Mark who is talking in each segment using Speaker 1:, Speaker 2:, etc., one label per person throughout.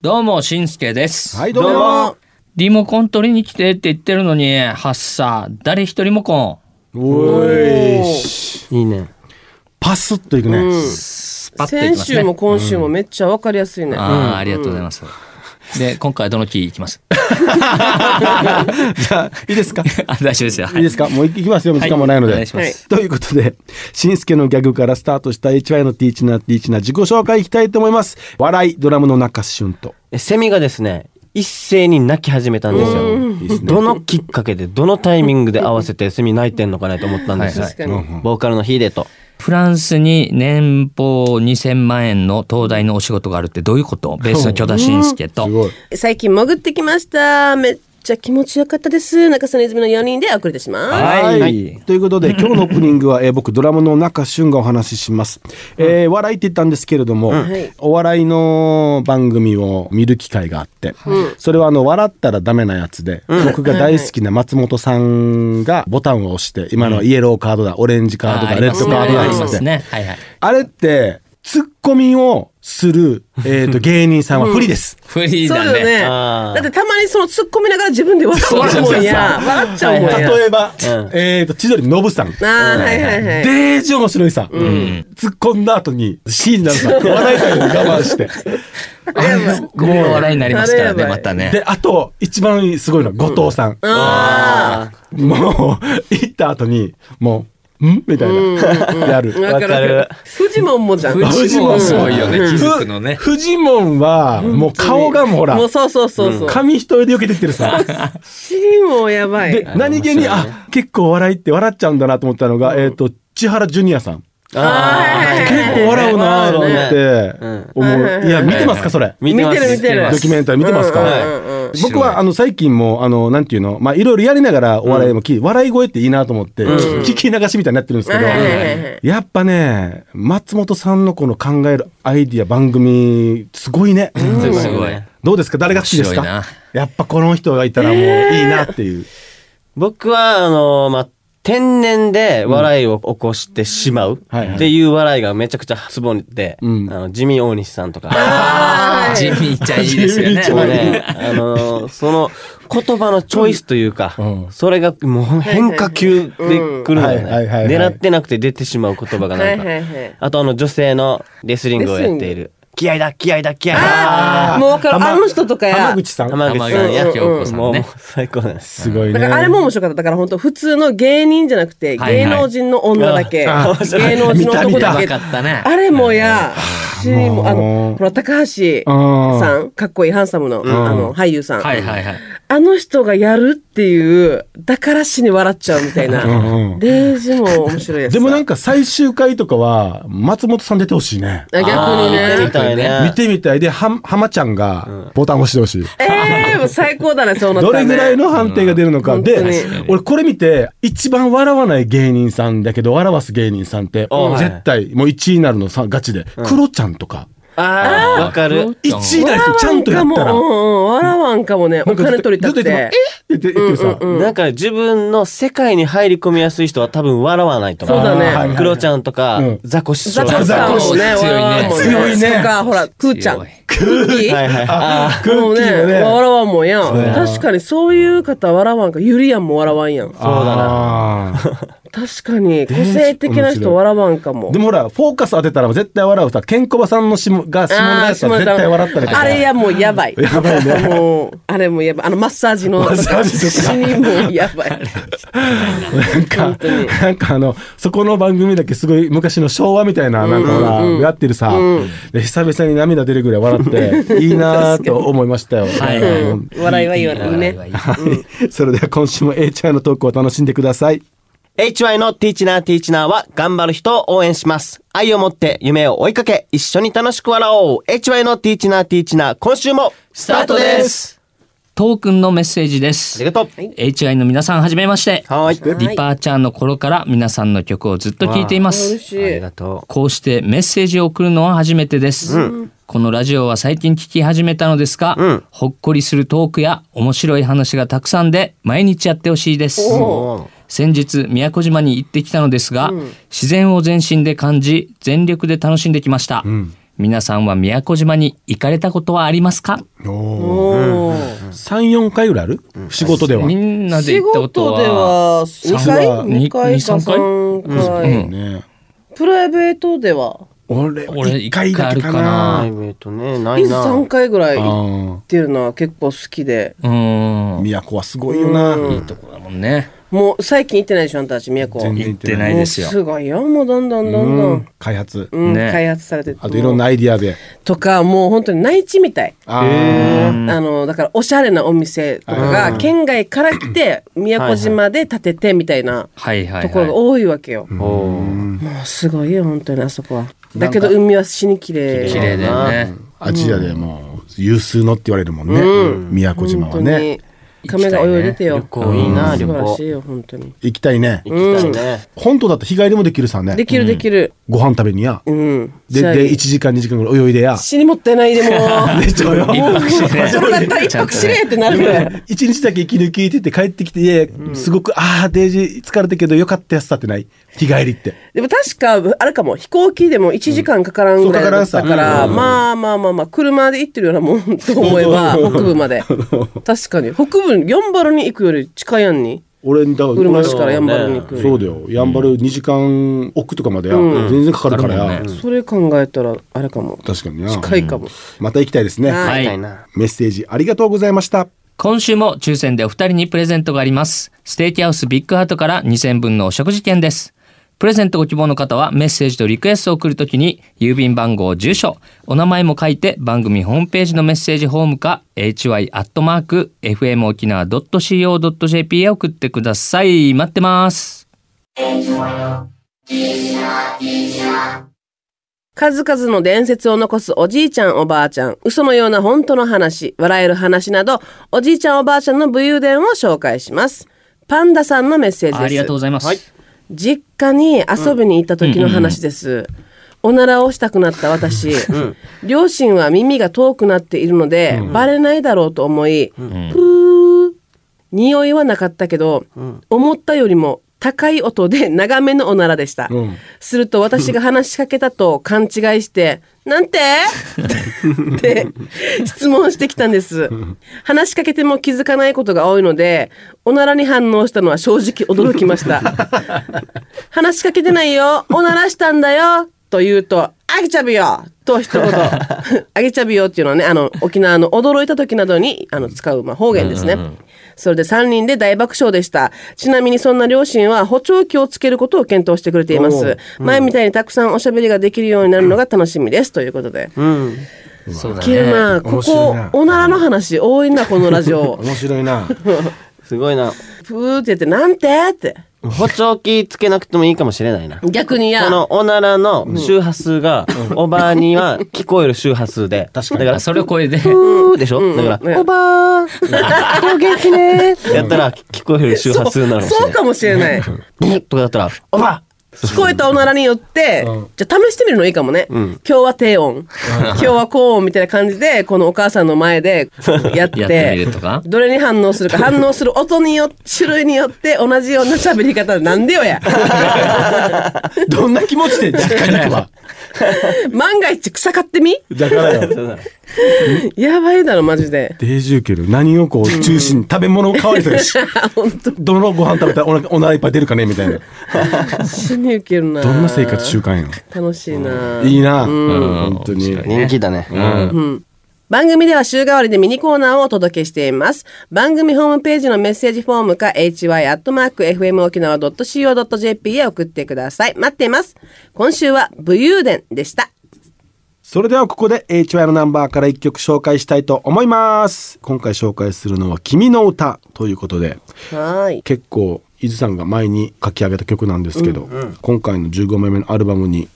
Speaker 1: どうも、しんすけです。
Speaker 2: はい、どうも
Speaker 1: リモコン取りに来てって言ってるのに、はっさ、誰一人リモコ
Speaker 2: おーし
Speaker 3: いいね。
Speaker 2: パスッといくね。
Speaker 1: ン、パッていき
Speaker 3: 先
Speaker 1: ます
Speaker 3: 週
Speaker 1: ね
Speaker 3: も。今週もめっちゃわかりやすいね。
Speaker 1: ああ、ありがとうございます。で、今回はどの木いきます
Speaker 2: じゃあ、いいですかい
Speaker 1: あ大丈夫ですよ。はい
Speaker 2: ですかもういきますよ。時間もないので。
Speaker 1: お願いします。
Speaker 2: ということで、しんすけのギャグからスタートした HY のティーチナーティーチナー自己紹介いきたいと思います。笑い、ドラムの中俊と。
Speaker 4: えセミがですね一斉に泣き始めたんですよ、
Speaker 2: いいですね
Speaker 4: どのきっかけでどのタイミングで合わせて セミ泣いてんのかなと思ったんですよ、
Speaker 3: 確かに。
Speaker 4: ボーカルのヒデと
Speaker 1: フランスに年俸2000万円の東大のお仕事があるってどういうことベースの巨田しんすけと
Speaker 2: す。ごい。
Speaker 3: 最近潜ってきました。めっちゃ気持ちよかったです。中曽根泉の4人でお送りいたしま
Speaker 1: はい
Speaker 2: とい うことで、今日のオープニングは、えー僕、ドラムの中俊がお話しします。えー笑いって言ったんですけれども、
Speaker 3: はい
Speaker 2: お笑いの番組を見る機会があって、それはあの、笑ったらダメなやつで、僕が大好きな松本さんがボタンを押して、今のはイエローカードだ、オレンジカード
Speaker 1: あ
Speaker 2: だ、
Speaker 1: ー
Speaker 2: レッドカードだ
Speaker 1: あり
Speaker 2: っ
Speaker 1: ま
Speaker 2: つっ
Speaker 1: す
Speaker 2: て。
Speaker 1: ね。はいはい。
Speaker 2: あれって、ツッコミをする、えーと、芸人さんは不利です。
Speaker 1: フリ
Speaker 3: す。
Speaker 1: ー
Speaker 3: そう
Speaker 1: だ
Speaker 3: だ よ
Speaker 1: ね。
Speaker 3: ね。
Speaker 4: あー
Speaker 3: だってたまにその突っ込みながら自分で笑うもんや。笑っちゃうもんや。
Speaker 2: 例えば、
Speaker 4: うん
Speaker 2: えーと、千鳥のぶさん。
Speaker 3: ああ、はいはいはい。
Speaker 2: デージ面白いさ、突っ込んだ後にシーンになるさ笑いたいのに我慢して
Speaker 1: ごめん笑いになりますから
Speaker 3: あれ
Speaker 1: ね、
Speaker 3: やばい
Speaker 1: またね。
Speaker 2: であと一番すごいのは後藤さん、
Speaker 3: あ
Speaker 2: もう行った後にもう「ん?」みたいなやる
Speaker 3: あ、わかる。フジモンもじゃん。
Speaker 1: フジモンすごいよね、気
Speaker 2: ふ
Speaker 1: づくのね。
Speaker 2: フジモンはもう顔がもうほら
Speaker 3: もうそうそうそうそう。
Speaker 2: 紙一重でよけてってるさ
Speaker 3: シーンもやば
Speaker 2: で
Speaker 3: い。
Speaker 2: 何気にあ結構笑いって笑っちゃうんだなと思ったのがえっと千原ジュニアさん
Speaker 4: あ
Speaker 3: はい
Speaker 2: 結構笑うなと思って思ういや見てますかそれ
Speaker 3: 見てる見てる。
Speaker 2: ドキュメンタリー見てますか、
Speaker 3: うんうんうん
Speaker 2: 僕はあの最近もあのなんていうのまあいろいろやりながらお笑いも聞き、笑い声っていいなと思って、聞き流しみたいになってるんですけど、
Speaker 3: はいはいはい
Speaker 2: やっぱね松本さんのこの考えるアイディア番組すごいね、
Speaker 1: すごい。
Speaker 2: どうですか誰が好きです
Speaker 1: 面白い
Speaker 2: か
Speaker 1: な
Speaker 2: やっぱこの人がいたらもういいなって いう、
Speaker 4: 僕はあのーまあ天然で笑いを起こしてしまう
Speaker 2: はいはい
Speaker 4: っていう笑いがめちゃくちゃツボで、
Speaker 2: うん
Speaker 4: あのジミー大西さ んとか
Speaker 1: ジミーちゃんいいですよね。
Speaker 2: ジミーちゃん
Speaker 4: もうね、あのーその言葉のチョイスというか、
Speaker 2: うん
Speaker 4: それがもう変化球で来るのよね
Speaker 2: うんはいはいはいはい
Speaker 4: 狙ってなくて出てしまう言葉が
Speaker 3: は
Speaker 4: ないんか、
Speaker 3: はいはい。
Speaker 4: あとあの女性のレスリングをやっている気合だ気合だ気合だ
Speaker 3: ああ、もうわかる。あの人とかや
Speaker 2: 浜。口さん
Speaker 4: 浜口さ
Speaker 1: 浜
Speaker 4: ん
Speaker 1: 川
Speaker 4: や
Speaker 1: や京子さん
Speaker 4: もうもう
Speaker 1: ね。
Speaker 4: 最高なんです
Speaker 2: すごい
Speaker 3: だ
Speaker 2: ね
Speaker 3: からあれも面白かった。だから本当普通の芸人じゃなくて、
Speaker 1: はいはい
Speaker 3: 芸能人の女だけ、
Speaker 2: あ
Speaker 3: 芸能人の男だけ。
Speaker 1: 見た見たわかったね
Speaker 3: あれもや、し
Speaker 2: もう
Speaker 3: あの、ほら、高橋さん、かっこいいハンサムの、あの、俳優さん。
Speaker 1: はいはいはい。
Speaker 3: あの人がやるっていう、だから死に笑っちゃうみたい
Speaker 2: んう
Speaker 3: な。
Speaker 2: ん
Speaker 3: デージも面白いやつ。
Speaker 2: でもなんか最終回とかは松本さん出てほしいね
Speaker 3: あ逆に
Speaker 4: あー見
Speaker 3: ね。
Speaker 4: たいね
Speaker 2: 見てみたいでは浜ちゃんがボタン押してほしい、
Speaker 3: ええ、もう最高だね、そうなった
Speaker 2: ど
Speaker 3: ら
Speaker 2: れ
Speaker 3: ね
Speaker 2: ぐらいの判定が出るのか。
Speaker 3: うん
Speaker 2: で
Speaker 3: 本当
Speaker 1: に、
Speaker 2: 俺これ見て、一番笑わない芸人さんだけど、笑わす芸人さんって
Speaker 4: う、ん
Speaker 2: 絶対、もう1位になるのさ、ガチで。クロちゃんとか。
Speaker 4: あーわかる
Speaker 2: 1位になる人ちゃんとやったら。
Speaker 3: 笑わんかもうんうん
Speaker 2: な
Speaker 3: 笑わんかもね。お
Speaker 2: んかずっ
Speaker 3: 金取りた
Speaker 2: ず
Speaker 3: く
Speaker 2: っと言ってて。えっって言ってるさ。
Speaker 4: なんか自分の世界に入り込みやすい人は多分笑わないと思
Speaker 3: そうだ
Speaker 2: あー
Speaker 3: ね
Speaker 2: はいはい
Speaker 4: クロちゃんとか、
Speaker 2: うん
Speaker 4: ザコシショ
Speaker 3: ザ
Speaker 4: ウ
Speaker 3: コシさんも
Speaker 1: ザ
Speaker 3: ね、
Speaker 1: コシ強いね
Speaker 2: 強
Speaker 3: 笑わんもん
Speaker 2: いね
Speaker 3: とか、ほら、クーちゃん。
Speaker 1: 強い
Speaker 3: クーキー
Speaker 4: はいはいあー
Speaker 2: ク
Speaker 3: も
Speaker 2: ッ
Speaker 3: う
Speaker 2: キ
Speaker 3: ね、
Speaker 2: ーもね。
Speaker 3: 笑わんもんやん。
Speaker 2: うやな
Speaker 3: 確かにそういう方笑わんか。ゆりやんも笑わんやん。確
Speaker 2: そうだな。
Speaker 3: かに、個性的な人笑わんかも
Speaker 2: で。もほら、フォーカス当てたら絶対笑うさ。ケンコバさんの下が下ネタやったら絶対笑ったりとか。
Speaker 3: あれやもうやばい。
Speaker 2: やばいね
Speaker 3: もう、あれもやばい。あのマッサージの
Speaker 2: マッサージとか
Speaker 3: 死にもやばい。
Speaker 2: なんか、なんかあの、そこの番組だけすごい昔の昭和みたいな、なんかほら、やってるさ、で久々に涙出るぐらい笑って、 いいなぁと思いましたよ。
Speaker 1: はいはい
Speaker 2: うん
Speaker 3: 笑いはいいわいいね。
Speaker 2: はいそれでは今週も A ちゃんのトークを楽しんでください。
Speaker 4: HY のティーチナーティーチナーは頑張る人を応援します。愛を持って夢を追いかけ、一緒に楽しく笑おう。HY のティーチナーティーチナー、今週もスタートです
Speaker 1: トークンのメッセージで
Speaker 4: あ
Speaker 1: す
Speaker 4: り。がとう
Speaker 1: HI の皆さんはじめまして。
Speaker 4: はーい。
Speaker 3: はい
Speaker 1: リパーちゃんの頃から皆さんの曲をずっと聴いていま
Speaker 3: 嬉
Speaker 1: す。
Speaker 3: しい。
Speaker 4: と
Speaker 1: こうしてメッセージを送るのは初めてです。このラジオは最近聴き始めたのですが、ほっこりするトークや面白い話がたくさんで毎日やってほしいです。
Speaker 4: おー
Speaker 1: 先日宮古島に行ってきたのですが、自然を全身で感じ全力で楽しんできました、皆さんは宮古島に行かれたことはありますか
Speaker 2: お
Speaker 3: おお。
Speaker 2: 三四回ぐらいある、仕事では
Speaker 1: みんなで
Speaker 3: 仕
Speaker 1: 行ったこと
Speaker 3: 事で
Speaker 1: は
Speaker 3: は二回
Speaker 1: に
Speaker 3: 二回か
Speaker 1: に
Speaker 3: 三回。
Speaker 2: ね
Speaker 3: プライベートでは
Speaker 2: 俺
Speaker 1: 俺
Speaker 2: 一回だけか
Speaker 1: 一回
Speaker 4: プ
Speaker 1: あ
Speaker 4: ラ
Speaker 2: な
Speaker 1: る
Speaker 4: イベートね、ない
Speaker 3: いつ
Speaker 4: な。
Speaker 3: 三回ぐらい
Speaker 2: あ
Speaker 3: 行ってるのは結構好きで、
Speaker 1: うー
Speaker 2: あ
Speaker 1: ん
Speaker 2: 都はすごいよな、いいとこ
Speaker 1: だもんね
Speaker 3: もう最近行ってないでしょあんたたち宮古。
Speaker 2: 全然
Speaker 3: も
Speaker 1: 行ってないです
Speaker 3: う
Speaker 1: よ
Speaker 3: すごいよもうどんどんどんどん。
Speaker 2: 開発、
Speaker 3: うん、
Speaker 1: ね
Speaker 3: 開発されてって
Speaker 2: あといろんなアイディアで
Speaker 3: とかもう本当に内地みたい、
Speaker 2: あー
Speaker 4: へ
Speaker 1: うん
Speaker 3: あのだからおしゃれなお店とかが県外から来て宮古島で建ててみたいな
Speaker 1: はいはい
Speaker 3: ところ
Speaker 1: は
Speaker 3: が
Speaker 1: い
Speaker 3: 多いわけよ、
Speaker 4: おー
Speaker 3: もうすごいよ本当にあそこは
Speaker 2: なん
Speaker 3: だ
Speaker 2: か
Speaker 3: けど海は死に綺麗
Speaker 1: 綺麗だよね
Speaker 2: アジアでもう有数のって言われるもんね、宮古島
Speaker 3: 本当
Speaker 2: は
Speaker 3: に、
Speaker 2: ね
Speaker 3: 亀が泳いでてよ
Speaker 4: 旅行いいな、旅
Speaker 3: 素晴ら
Speaker 4: 行
Speaker 3: し。いよ本当に
Speaker 2: 行きたいね
Speaker 4: 行きたいね。
Speaker 2: 本島だと日帰りもできるさね
Speaker 3: できるできる
Speaker 2: ご飯食べにや
Speaker 3: うん、
Speaker 2: で
Speaker 3: じゃあ
Speaker 2: で1時間2時間ぐらい泳いでや
Speaker 3: 死にもったいないでも
Speaker 2: でちょうよ
Speaker 1: 一泊してね
Speaker 3: それだったら一泊しれってなるぐらい
Speaker 2: 一日だけ息抜きってて帰ってきていやいやすごくああデイジー疲れたけどよかったやつだってない日帰りって
Speaker 3: でも確か、あれかも、飛行機でも1時間かからんぐらいだった
Speaker 2: そうか
Speaker 3: から
Speaker 2: んさ
Speaker 3: ら、
Speaker 2: うん
Speaker 3: まあまあまあまあ、車で行ってるようなもんと思えば、
Speaker 2: そうそう
Speaker 3: 北部 まで。確かに。北部、ギョンバルに行くより近いやんに。
Speaker 2: 俺だ
Speaker 3: うるま市からやんばるに行くより。
Speaker 2: そうだよやんばる2時間奥とかまでや全然かかるから
Speaker 1: かか
Speaker 2: や
Speaker 1: るもん
Speaker 3: それ考えたら、あれかも。
Speaker 2: 確かにな
Speaker 3: 近いかも。
Speaker 2: また行きたいですね
Speaker 3: は
Speaker 1: は
Speaker 3: い
Speaker 4: 行き
Speaker 1: い
Speaker 4: たいな。
Speaker 2: メッセージありがとうございました
Speaker 1: 今週も抽選でお二人にプレゼントがあります。ステーキハウスビッグハートから2000分のお食事券です。プレゼントご希望の方はメッセージとリクエストを送るときに郵便番号、住所、お名前も書いて番組ホームページのメッセージホームか hy.fmokinawa.co.jp へ送ってください。待ってます。
Speaker 3: 数々の伝説を残すおじいちゃんおばあちゃん、嘘のような本当の話、笑える話など、おじいちゃんおばあちゃんの武勇伝を紹介します。パンダさんのメッセージです。
Speaker 1: ありがとうございます。
Speaker 4: はい
Speaker 3: 実家に遊びに行った時の話です、おならをしたくなった私、両親は耳が遠くなっているので、バレないだろうと思い、プー匂いはなかったけど、思ったよりも高い音で 長めのおならでした、
Speaker 2: うん
Speaker 3: すると私が話しかけたと勘違いして「なんて?」 って 質問してきたんです話しかけても気づかないことが多いのでおならに反応したのは正直驚きま した話しかけてないよおならしたんだよと言うと「あげちゃぶよ!」と一 言「あげちゃぶよ」っていうのはねあの沖縄の驚いた時などにあの使う、まあ、方言ですね、それで3人で大爆笑でしたちなみにそんな両親は補聴器をつけることを検討してくれていま
Speaker 2: お
Speaker 3: す
Speaker 2: う
Speaker 3: 前みたいにたくさんおしゃべりができるようになるのが楽しみですということで
Speaker 4: うん。
Speaker 1: そうだ
Speaker 3: きる
Speaker 1: ね。
Speaker 3: なこ
Speaker 2: 面白い
Speaker 3: こ
Speaker 2: な
Speaker 3: おならの話多いなこのラジオ
Speaker 2: 面白いな
Speaker 4: すごいな。
Speaker 3: プーって言って「なんて?」って
Speaker 4: 補聴器つけなくてもいいかもしれないな。
Speaker 3: 逆にや
Speaker 4: このおならの周波数が、おばあには聞こえる周波数で。確かに。だか ら、
Speaker 1: それを超えて。
Speaker 4: ふーでしょだか
Speaker 3: ね
Speaker 4: ら、おばあお元気ねーやったら聞こえる周波数なの
Speaker 3: そうかもしれない
Speaker 4: ブンとかだったら、おばあ
Speaker 3: 聞こえたおならによって、じゃあ試してみるのいいかもね、
Speaker 4: ん
Speaker 3: 今日は低音今日は高音みたいな感じでこのお母さんの前でやって
Speaker 1: やってみるとか
Speaker 3: どれに反応するか反応する音によって種類によって同じような喋り方なんでよや
Speaker 2: どんな気持ちで実家に行くわ
Speaker 3: 万が一草買ってみ
Speaker 2: だからよ
Speaker 3: やばいだろマジで
Speaker 2: デイジューケル何をこう中心に食べ物を代わりするし
Speaker 3: 本当
Speaker 2: どのご飯食べたらお腹お腹いっぱい出るかねみたいな
Speaker 3: 死に受けるな
Speaker 2: どんな生活習慣よ
Speaker 3: 楽しいな、
Speaker 2: いいな、
Speaker 1: ん
Speaker 2: 本当に。
Speaker 4: 人気だね。
Speaker 3: 番組では週替わりでミニコーナーをお届けしています。番組ホームページのメッセージフォームか hy.fmokinawa.co.jp へ送ってください。待っています。今週は武勇伝でした。
Speaker 2: それではここで HY のナンバーから一曲紹介したいと思います。今回紹介するのは君の歌ということで、
Speaker 3: はーい。
Speaker 2: 結構伊豆さんが前に書き上げた曲なんですけど、今回の15枚目のアルバムに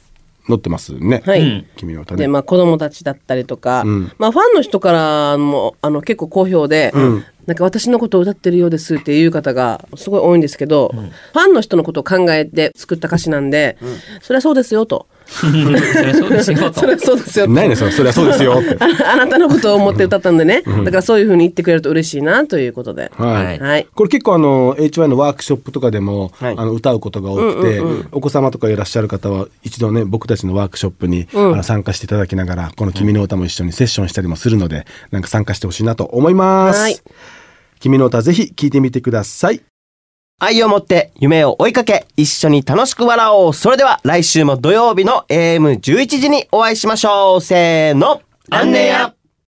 Speaker 2: 載ってますね。
Speaker 3: はい
Speaker 1: うん
Speaker 2: 君の歌
Speaker 3: で、
Speaker 2: ね。
Speaker 3: まあ子供たちだったりとか、
Speaker 2: うん
Speaker 3: まあファンの人からも、あの結構好評で、
Speaker 2: ん
Speaker 3: なんか私のことを歌ってるようですっていう方がすごい多いんですけど、ファンの人のことを考えて作った歌詞なんで、それはそうですよと。
Speaker 1: そりゃそうですよと
Speaker 3: それはそうですよって
Speaker 2: ないね、それそれはそうですよ って。
Speaker 3: ああなたのことを思って歌ったんでね。だからそういう風に言ってくれると嬉しいなということで。
Speaker 2: はい
Speaker 3: はい。
Speaker 2: これ結構あの HY のワークショップとかでも、
Speaker 4: はい
Speaker 2: あの歌うことが多くて、お子様とかいらっしゃる方は一度ね僕たちのワークショップに、あの参加していただきながらこの「君の歌」も一緒にセッションしたりもするのでなんか参加してほしいなと思います。
Speaker 3: はい
Speaker 2: 君の歌ぜひ聴いてみてください。
Speaker 4: 愛を持って夢を追いかけ、一緒に楽しく笑おう。それでは来週も土曜日の AM11 時にお会いしましょう。せーの。アンネや